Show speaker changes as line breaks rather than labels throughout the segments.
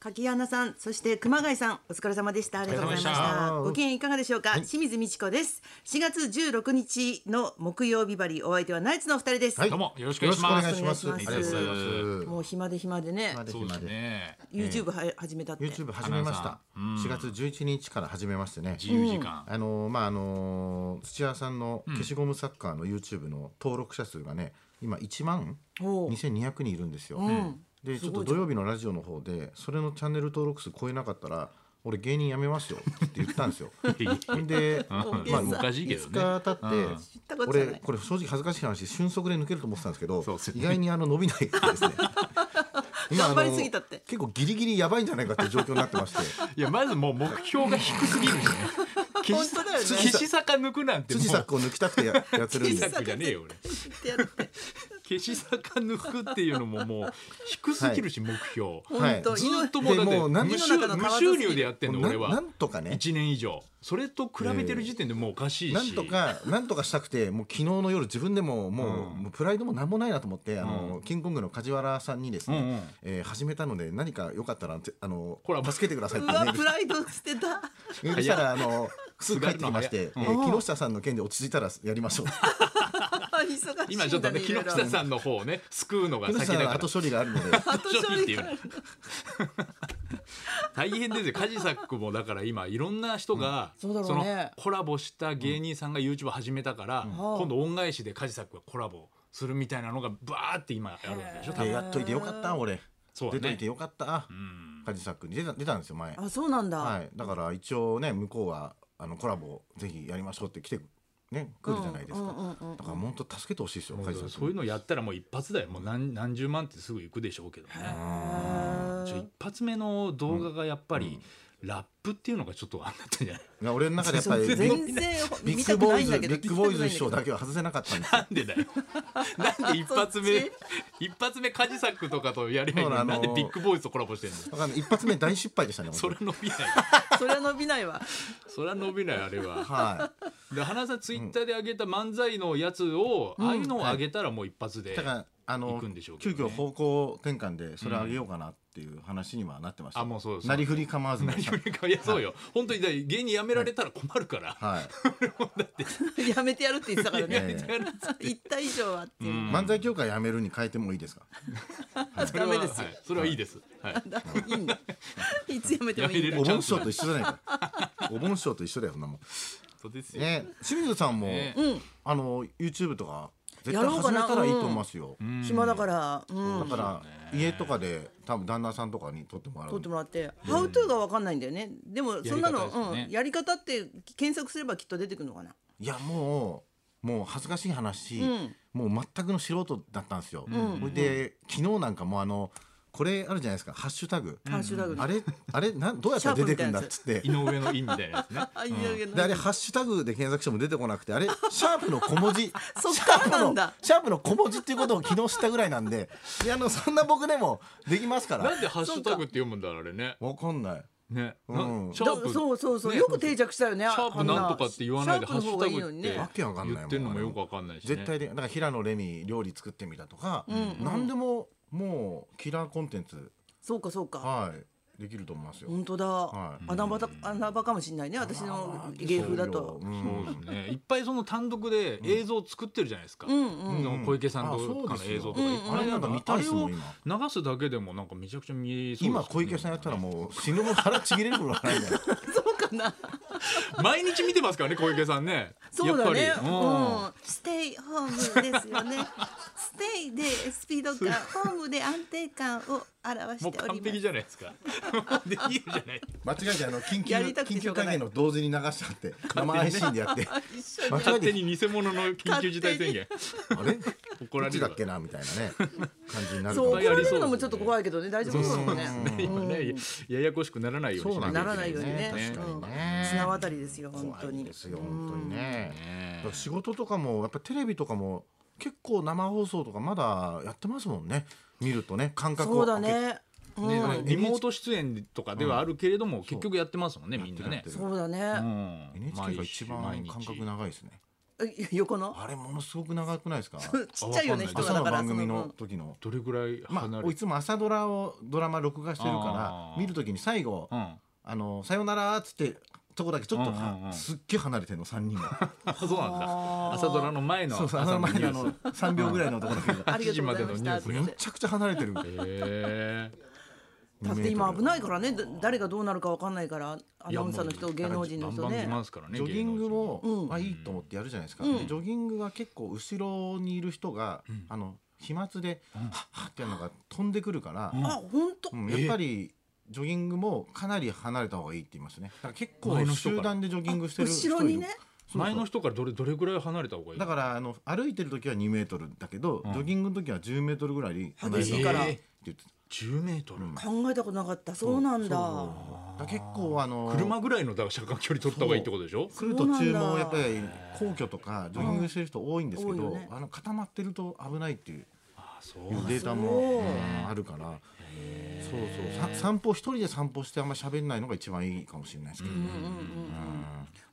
柿穴さんそして熊谷さんお疲れ様でしたありがとうございまし
お疲れ
た
様
でした
ご機嫌いかがでしょうか、清水美智子です4月16日の木曜日バリお相手はナイツのお二人です、
はい
どうもよろしくお願いします
よろしくお願い
お願いします
しますありがとうございま
もう暇で暇でね
す。
そうですね
YouTube は始めたって、
YouTube 始めました。
花
4月11日から始めましてね。
自由時間、
あのーまああのー土屋さんの消しゴムサッカーの YouTube の登録者数がね、今1万
おう
2200人いるんですよ。
ん
でちょっ
すご
と
いじゃ
土曜日のラジオの方でそれのチャンネル登録数超えなかったら俺芸人辞めますよって言ったんです よ。で、まあ、
お客さん
5
お
かしいけどね
日経って、
たことじゃ
俺
ない
これ正直恥ずかしい話瞬足で抜けると思ってたんですけど
そうですよね
意外にあの伸びないです ね
頑張りすぎたって
あの結構ギリギリやばいんじゃないかっていう状況になってま して
いやまずもう目標が低すぎるしね
本当だよね
岸坂抜くなんてもう
辻作を抜きたく てややってるん
辻
岸
で
作
坂じゃねえよ俺
ってやって
岸坂抜くっていうのももう低すぎるし目標
本当、
はい
ず
井上
っともうだって
でもう何
無
世
収
の中の
無
変わらず
収入でやってんの
な
俺
な
は
んとかね
1年以上それと比べてる時点でもうおかしいし、
なんとかなんとかしたくてもう昨日の夜自分でももう,、もうプライドもなんもないなと思ってあの、キングコングの梶原さんにですね、
うんうん
えー始めたので何かよかったらてあの
コラボ
助けてくださいっ
う
てね
わプライド捨てた
そしたらあのすぐ帰ってきまして
す、が
えー木下さんの件で落ち着いたらやりましょう
忙しいんだね
今ちょっとね
い
木
ろいろ
下さんの方をね救うのが
木下
先
さん
だ
は
から
後処理があるので
後処理がある
大変ですよ梶作もだから今いろんな人が、
うんそうだろうね
のコラボした芸人さんが YouTube 始めたから、今度恩返しで梶作がコラボするみたいなのがバーって今やるわけでしょ多
でや
分
っといてよかった俺
そうだ
出
ね
といてよかった
うん
梶作に出た出たんですよ前
あそうなんだ、
はいだから一応ね向こうはあのコラボぜひやりましょうって来てね来るじゃないです
うんうん
か
うんうん
だから本当助けてほしいですよ梶作
そういうのやったらもう一発だよもう何何十万ってすぐ行くでしょうけどねちょ一発目の動画がやっぱり、ラップっていうのがちょっとあんなったんじゃない
いや俺の中でやっぱりビ
全
ッ
然
ビ
見
ッグ
たく
ボ
な
ー
い
イ
ん
ズ
だけど
ビッグボーイズ
聞
師
きた
匠
くないん
だ
け
けは外せなかったんです
なんで だよなんで一発
そ
目
っ
一発目梶作とかとやりゃいいのに
ほらあの
な
ー
んでビッグボーイズとコラボしてんの
だから一発目大失敗でしたね
そ
本
れ伸びない
どそれは伸びないわ
それは伸びないあれ
当に
は
は
で花さんツイッターで上げた漫才のやつを、ああいうのを上げたらもう一発
い
で、
だからあ
行
の
くんでしょうけ
急
どね
遽方向転換でそれあげようかなっていう話にはなってました
あもうそうです
なりふり構わずね
いやそうよ本当にだから芸人やめられたら困るから、
はい
やめてやるって言ってたから
や
ね
めてや
一体以上はって いう、
漫才協会やめるに変えてもいい ですか
それ
ダ
は
メですよ
はいそれはいいです、はい
だいいんだいつやめてもいいん
やめれ
だ
る
お盆師匠と一緒じゃないかお盆師匠と一緒だよそんな もん
そうですよ、
ね清水さんも、
ね
あの YouTube とか絶
や
対
ろう
始
か
め
な
たらいいと思いますよ、
暇だから、うん
だから、家とかで多分旦那さんとかに撮ってもらう
撮ってもらって「How to」が分かんないんだよねでもそんなの
やり方です
うん、や
ね
り方って検索すればきっと出てくるのかない
やもうもう恥ずかしい話、
ん
もう全くの素人だったんですよ、それで昨日なんかもうあのこれあるじゃないですかハッシュタグ、
ハッシュタグ
あれあれなんどうやったら出てくるんだっつって
井上の「い」みたいなやつね
あいやいや
であれハッシュタグで検索しても出てこなくてあれ シャープの小文字
そっからなんだ
シャープのシャープの小文字っていうことを昨日知ったぐらいなんでいやあのそんな僕でもできますから
なんで「ハッシュタグ」って読むんだろうあれね
わかんない
ね、
うん
なシャ
だ
ープ
そうそうそう、
ね
よく定着したよね
シャープなんとかって言わないで「
シ
ハ
ャー
ッ
プ
シ
の方がいいの
ュタグ」
に
っ
ね
て
わけわかんないも
言
ん
ってんのもよくわかんないし、ね、
絶対でだから平野レミ料理作ってみたとか、何でももうキラーコンテンツ
そうかそうか
はいできると思いますよ、
本当だ、
はい
穴場だ穴場かもしれないね私の芸風だと
そうようん
そうですね。いっぱいその単独で映像を作ってるじゃないですか。
うんうん
の小池さんとかの映像とかいっぱ
あ
い
そうですようんうんあれなんか見たいですもん
あれを流すだけでもなんかめちゃくちゃ見えそうですね
今小池さんやったらもう死ぬも腹ちぎれることないんだよ
そうかな
毎日見てますからね小池さんね。
そうだね
やっぱりうん
うんステイホームですよねステイでスピード感ホームで安定感を表
も
し
う
てお
完
りま
璧
す
じゃないですか。できるじゃない。
間違えてあの緊急
やりたくて
緊
しょ
急
うが
会
ない
議の同時に流しちゃって生配信で やって
一緒に
間違
勝
え
手
て
に偽物の緊急事態宣言。
あれ
怒
どっ
られる
ち
わ
だっけなみたいなね感じになるか
そう怒
もし
ら
れない
れるのもちょっと怖いけどね大丈夫そうだもんね
ね今ねややこしくならないようにし
ならないようにね
そうなんですよね確かに
う
ね
ん綱渡りですよ本当
怖い
に
ですよ本当にねだ
ね
から仕事とかもやっぱテレビとかも結構生放送とかまだやってますもんね見るとね感覚
そ
を
うだねうん
ねリモート出演とかではあるけれども結局やってますもんねみんな
や
ね
ってる。やってる
そうだね
うん
NHK が一番間隔長いですね
え横の
あれものすごく長くないですか
ちっちゃいよね
あ
人
わか
が
ん
朝
だ
の
から
番
その
組
分
の時の
どれぐらい
ま
離
あ
れ
いつも朝ドラをドラマ録画してるか
あー
ら見るときに最後
うん
「あのさよなら」っつってとこだけちょっと
うんうんう
は
ん
すっげえ離れてるの3人が
あそうなんだ朝ドラの前の
そうそう
朝
朝
の
の
ニ
前にあ
ュ
の
ース
3秒ぐらいのとこ だけが
ありがとうございました
8時までの
っ
め
て
ちゃくちゃ離れ てる
へえ
だって今危ないからねだ誰がどうなるかわかんないからアナウンサーの人芸能人の人
バンバン
ね
来ますからね
ジョギング
う
も
ん
あいいと思ってやるじゃないですか、
うん
でジョギングが結構後ろにいる人が、
ん
あの飛沫で
うん
ハッハッってやるのが飛んでくるから、
うん
あ本当
うんやっぱりジョギングもかなり離れた方がいいって言いますねだから結
前
構
の人から
集団でジョギングしてる人いる
後ろにね
そうそう
前の人からどれどれぐらい離れた方がいい
だからあの歩いてる時は2メートルだけど、
うん
ジョギングの時は10メートルぐらい離れ
激
て
しい
る
から
って言ってた
10メートル、
うん
考えたことなかったそうなんだ
そうだから結構あの
車ぐらいのだから車間距離取った方がいいってことでしょ
来る途
そ
中
うなんだ
もやっぱり皇居とかジョギングしてる人多いんですけ
うん多
ど、
いよね
あの固まってると危ないっていう
あそう
いうデータもあるからそうそうさ散歩一人で散歩してあんまり喋んないのが一番いいかもしれないですけどね、
うんうんうん
うん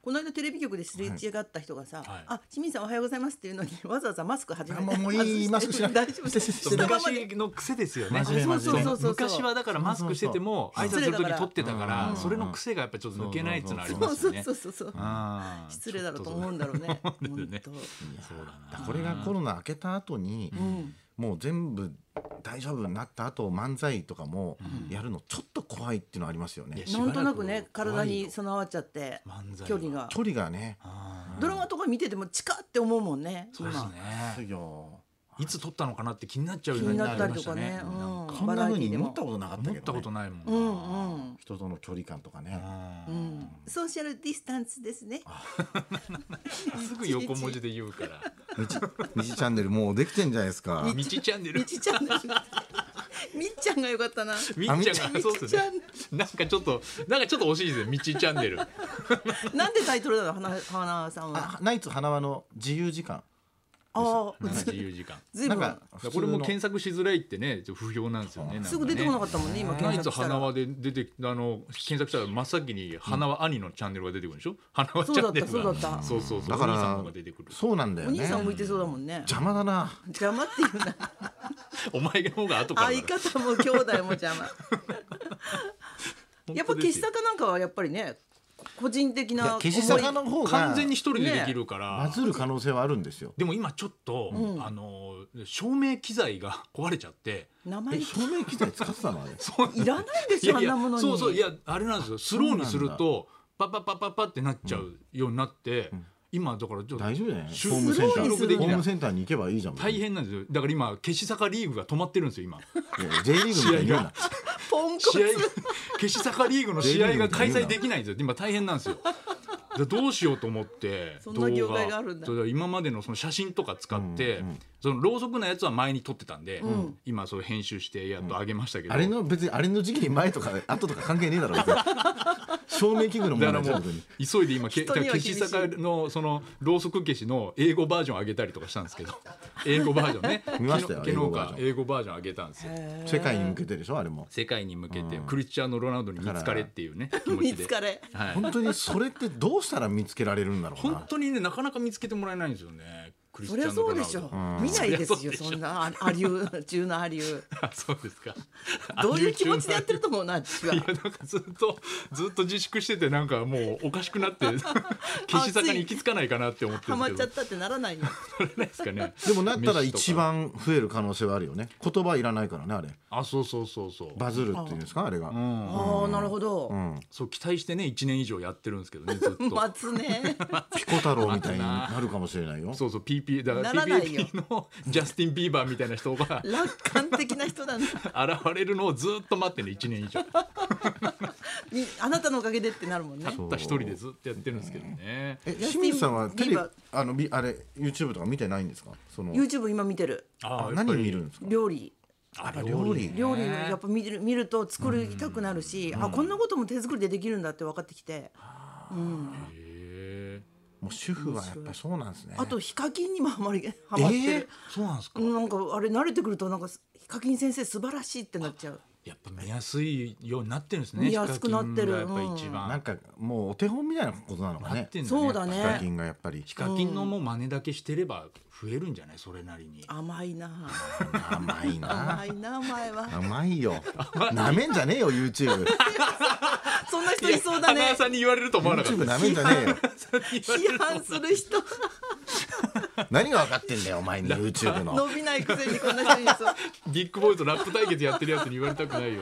この間テレビ局ですれ違った人がさ
はい
「あ清水さんおはようございます」っていうのに わざわざマスク始め
あもうもういいマスクしな い
大丈夫 です
してない
昔の癖ですよね
真面目真面
そうそ
目
うそうそう
昔はだからマスクしてても
そう
挨
そうそ
拶す
う
る時取ってたか
う
ら
ん
それの癖がやっぱちょっと抜けないっていうのはあり
そ
ま
う
す
そ
よ
う
ね
そうそうそう
あー
失礼だろうと思うんだろうね
そう
本
だ
当
そうだな
だからこれがコロナ明けた後に、
うん
もう全部大丈夫になった後漫才とかもやるのちょっと怖いっていうのありますよね
いや、
なんとなくね
しばらく
体に備わっちゃって
漫才は
距離が
距離がね
あー
ドラマとか見てても近って思うもんね
そうですね
すよ
いつ取ったのかなって気になっちゃう
気
よう
に
に
な
な
っ
り
たり
ま
と
し
か
た
ね
ね
う
なん
ん
か
こんな風に思ったことなかった
思
け
った
ど、
こと
ね、
ないもん
う
なん
うん
人との距離感とかね、
あ
う
ー
んソーシャルディスタンスですね
すぐ横文字で言うから
みちみちチャンネルもうできてんじゃないですか
「みちチャンネル」
みちちゃんのみっちゃんがよかったな
みっちゃん
み
が
っ
そうです
ちゃ
ねなんかちょっとなんかちょっと惜しいですね「みちチャンネル」
んなんでタイトルなの花花さんは
あナイツ花輪の自由時間
ああ
自由時間
ずいぶん
なんか普
こ
通
れ
の
も検索しづらいってねちょっと不評なんですよね
すぐ出てこなか
っ
ったもんね今
ナイ
検
ツ
索した
花
ら
輪で出てあの検索したら真っ先に花輪兄のチャンネルが出てくるでしょ花輪チャンネルが
そうだったそうだった
そうそうそう
だか
お兄さん
ら
のが出てくる
そうなんだよ
お
ね
兄さん向い
邪
てそうだもんね
魔だな
邪魔って いうな
お前の方が後からだ
相方も兄弟も 邪魔やっぱ消し坂なんかはやっぱりねこ個人的
いや
な
消し
思い
坂の方が
完全に一人でできるから、
バズる可能性はあるんですよ
でも今ちょっと、
うん
あの照明機材が壊れちゃって
名前
え照明機材使ってたのあれ
そう
いらないで
い
しょ
や
あ
い
ん
や
なものに
そうそういやあれなんですよスローにするとパッパッパッパッパってなっちゃうようになって、
うん
今だからちょっと
大丈夫じゃない
収
ホームセンター
すごいすごい
ホームセンターに行けばいいじゃん
大変なんですよだから今消し坂リーグが止まってるんです よ今
いや J リーグみたいに 言うな
ポンコツ
試合消し坂リーグの試合が開催できないんですよ今大変なんですよでどうしようと思って
そんな業界があるんだ
動画そう今までのその写真とか使って、
うんうん
そのろうそくのやつは前に撮ってたんで、
ん
今そう編集してやっと上げましたけど、
あれの別にあれの時期に前とか後とか関係ねえだろ別に照明器具の問
だから
題じ
も
ゃ
うん
別に
急いで今け
人には
消
厳しい
し坂のそのろうそく消しの英語バージョン上げたりとかしたんですけ ど英語バージョンね
見ましたよ
昨日
英語バージ
か
ョン
英語バージョン上げたんですよ
世界に向けてでしょあれも
世界に向けて
うん
クリスチャーノ・ロナウドに見つかれっていうね気持
見
ち
つ
で、
かれ
はい、
本当にそれってどうしたら見つけられるんだろう
本
な
当にねなかなか見つけてもらえないんですよねクリス
そ
チ
り
ャ
ゃ
ーノ・
そ
ロ
う
ナ
で
ウ
しょ
ド
ん
見ないです
そり
よ
ゃそうでしょ
そんなあアリュー中のアリ ュー
あ そうですか
どういう気持ちでやってると思うな私はい
やなんかずっとずっと自粛しててなんかもうおかしくなって 消し坂に行き着かないかなって思ってる
ハ
んで
マ
す
っちゃ
けど
ったってならないよ
ないですかね
でもなったら
飯とか
一番増える可能性はあるよね言葉いらないからねあれ
あそうそうそうそう
バズるっていうんですかあれが、
うん
ああなるほど
うん、
そう期待してね1年以上やってるんですけ どねずっと。
待つね
ピコ太郎みたいになるかもしれないよ
そうそう PP だか
な
ら
らないよ
PPP の ジャスティン・ビーバーみたいな 人が
楽観的な人だな
現れるのをずっと待ってね1年以上たっ
にあなたのおかげでってなるもんね
そう
た一人でずっとやってるんですけどね
え清水さんはテレビ
ビバ
あのビあれ YouTube とか見てないんですかその
YouTube 今見てる
あ
あ
ー
何見
やっ
るんですか
料理
ぱり
あ
あ
料理
ね
料理をやっぱ見る見ると作りたくなるし、あこんなことも手作りでできるんだって分かってきて、うん、
へー
もう主婦はやっぱりそうなんですね
あとヒカキンにもあまりハマってる、
そうなんですか
うんなんかあれ慣れてくるとなんかヒカキン先生素晴らしいってなっちゃう
やっぱ見やすいようになってるんですね
見やすくなってる
ヒカキンがやっぱ一番、
なんかもうお手本みたいなことなのか
なっ
ね
てんだね
そうだね
ヒカキンがやっぱり
ヒカキンのもう真似だけしてれば増えるんじゃないそれなりに
甘いな
甘いな
甘いなお前は
甘いよなめんじゃねえよ YouTube
そんな人いそうだ
花
ね
輪さんに言われると思わなかった
YouTube なめんじゃねえよ
批判する人
何が分かってんだよお前に YouTube の
伸 びないくせにこんな人いそう本
ビッグボーイとラップ対決やってるやつに言われたくないよ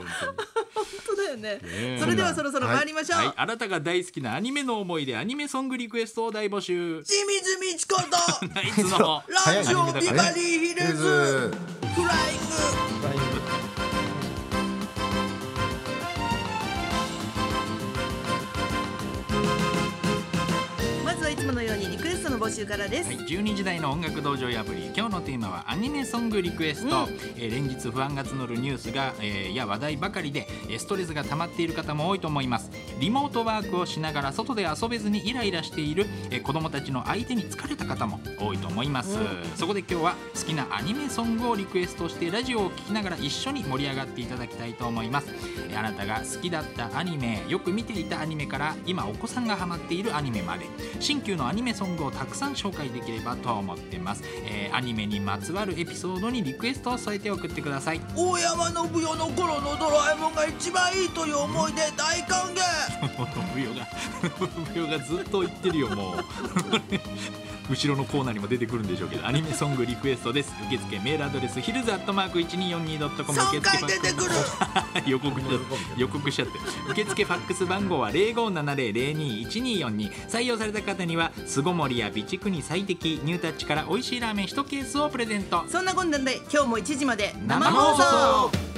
本
当だよね
え
それではそろそろ参りまし
当
ょう、
に、はい、あなたが大好きなアニメの思い出アニメソングリクエストを大 募集
清水美智子と
ナイツの
ラジオビバリーヒルズフライン
まずはいつものようにリクエストの募集からです、
はい、12時台の音楽道場破り今日のテーマはアニメソングリクエスト、えー連日不安が募るニュースが、えーや話題ばかりでえーストレスが溜まっている方も多いと思いますリモートワークをしながら外で遊べずにイライラしている、えー子どもたちの相手に疲れた方も多いと思います、そこで今日は好きなアニメソングをリクエストしてラジオを聴きながら一緒に盛り上がっていただきたいと思いますえーあなたが好きだったアニメよく見ていたアニメから今お子さんがハマっているアニメまで新旧のアニメソングをたくさん紹介できればと思ってます、えーアニメにまつわるエピソードにリクエストを添えて送ってください
グ大山信代の頃のドラえもんが一番いいという思い出大歓迎
信代が 信代がずっと言ってるよもう 後ろのコーナーにも出てくるんでしょうけどアニメソングリクエストです受付メールアドレスヒルズアットマーク 1242.com
3回出てくる
予告しちゃって予告しちゃって受付ファックス番号は0570021242採用された方には巣ごもりや備蓄に最適ニュータッチから美味しいラーメン1ケースをプレゼント
そんなこんなんで今日も1時まで
生放送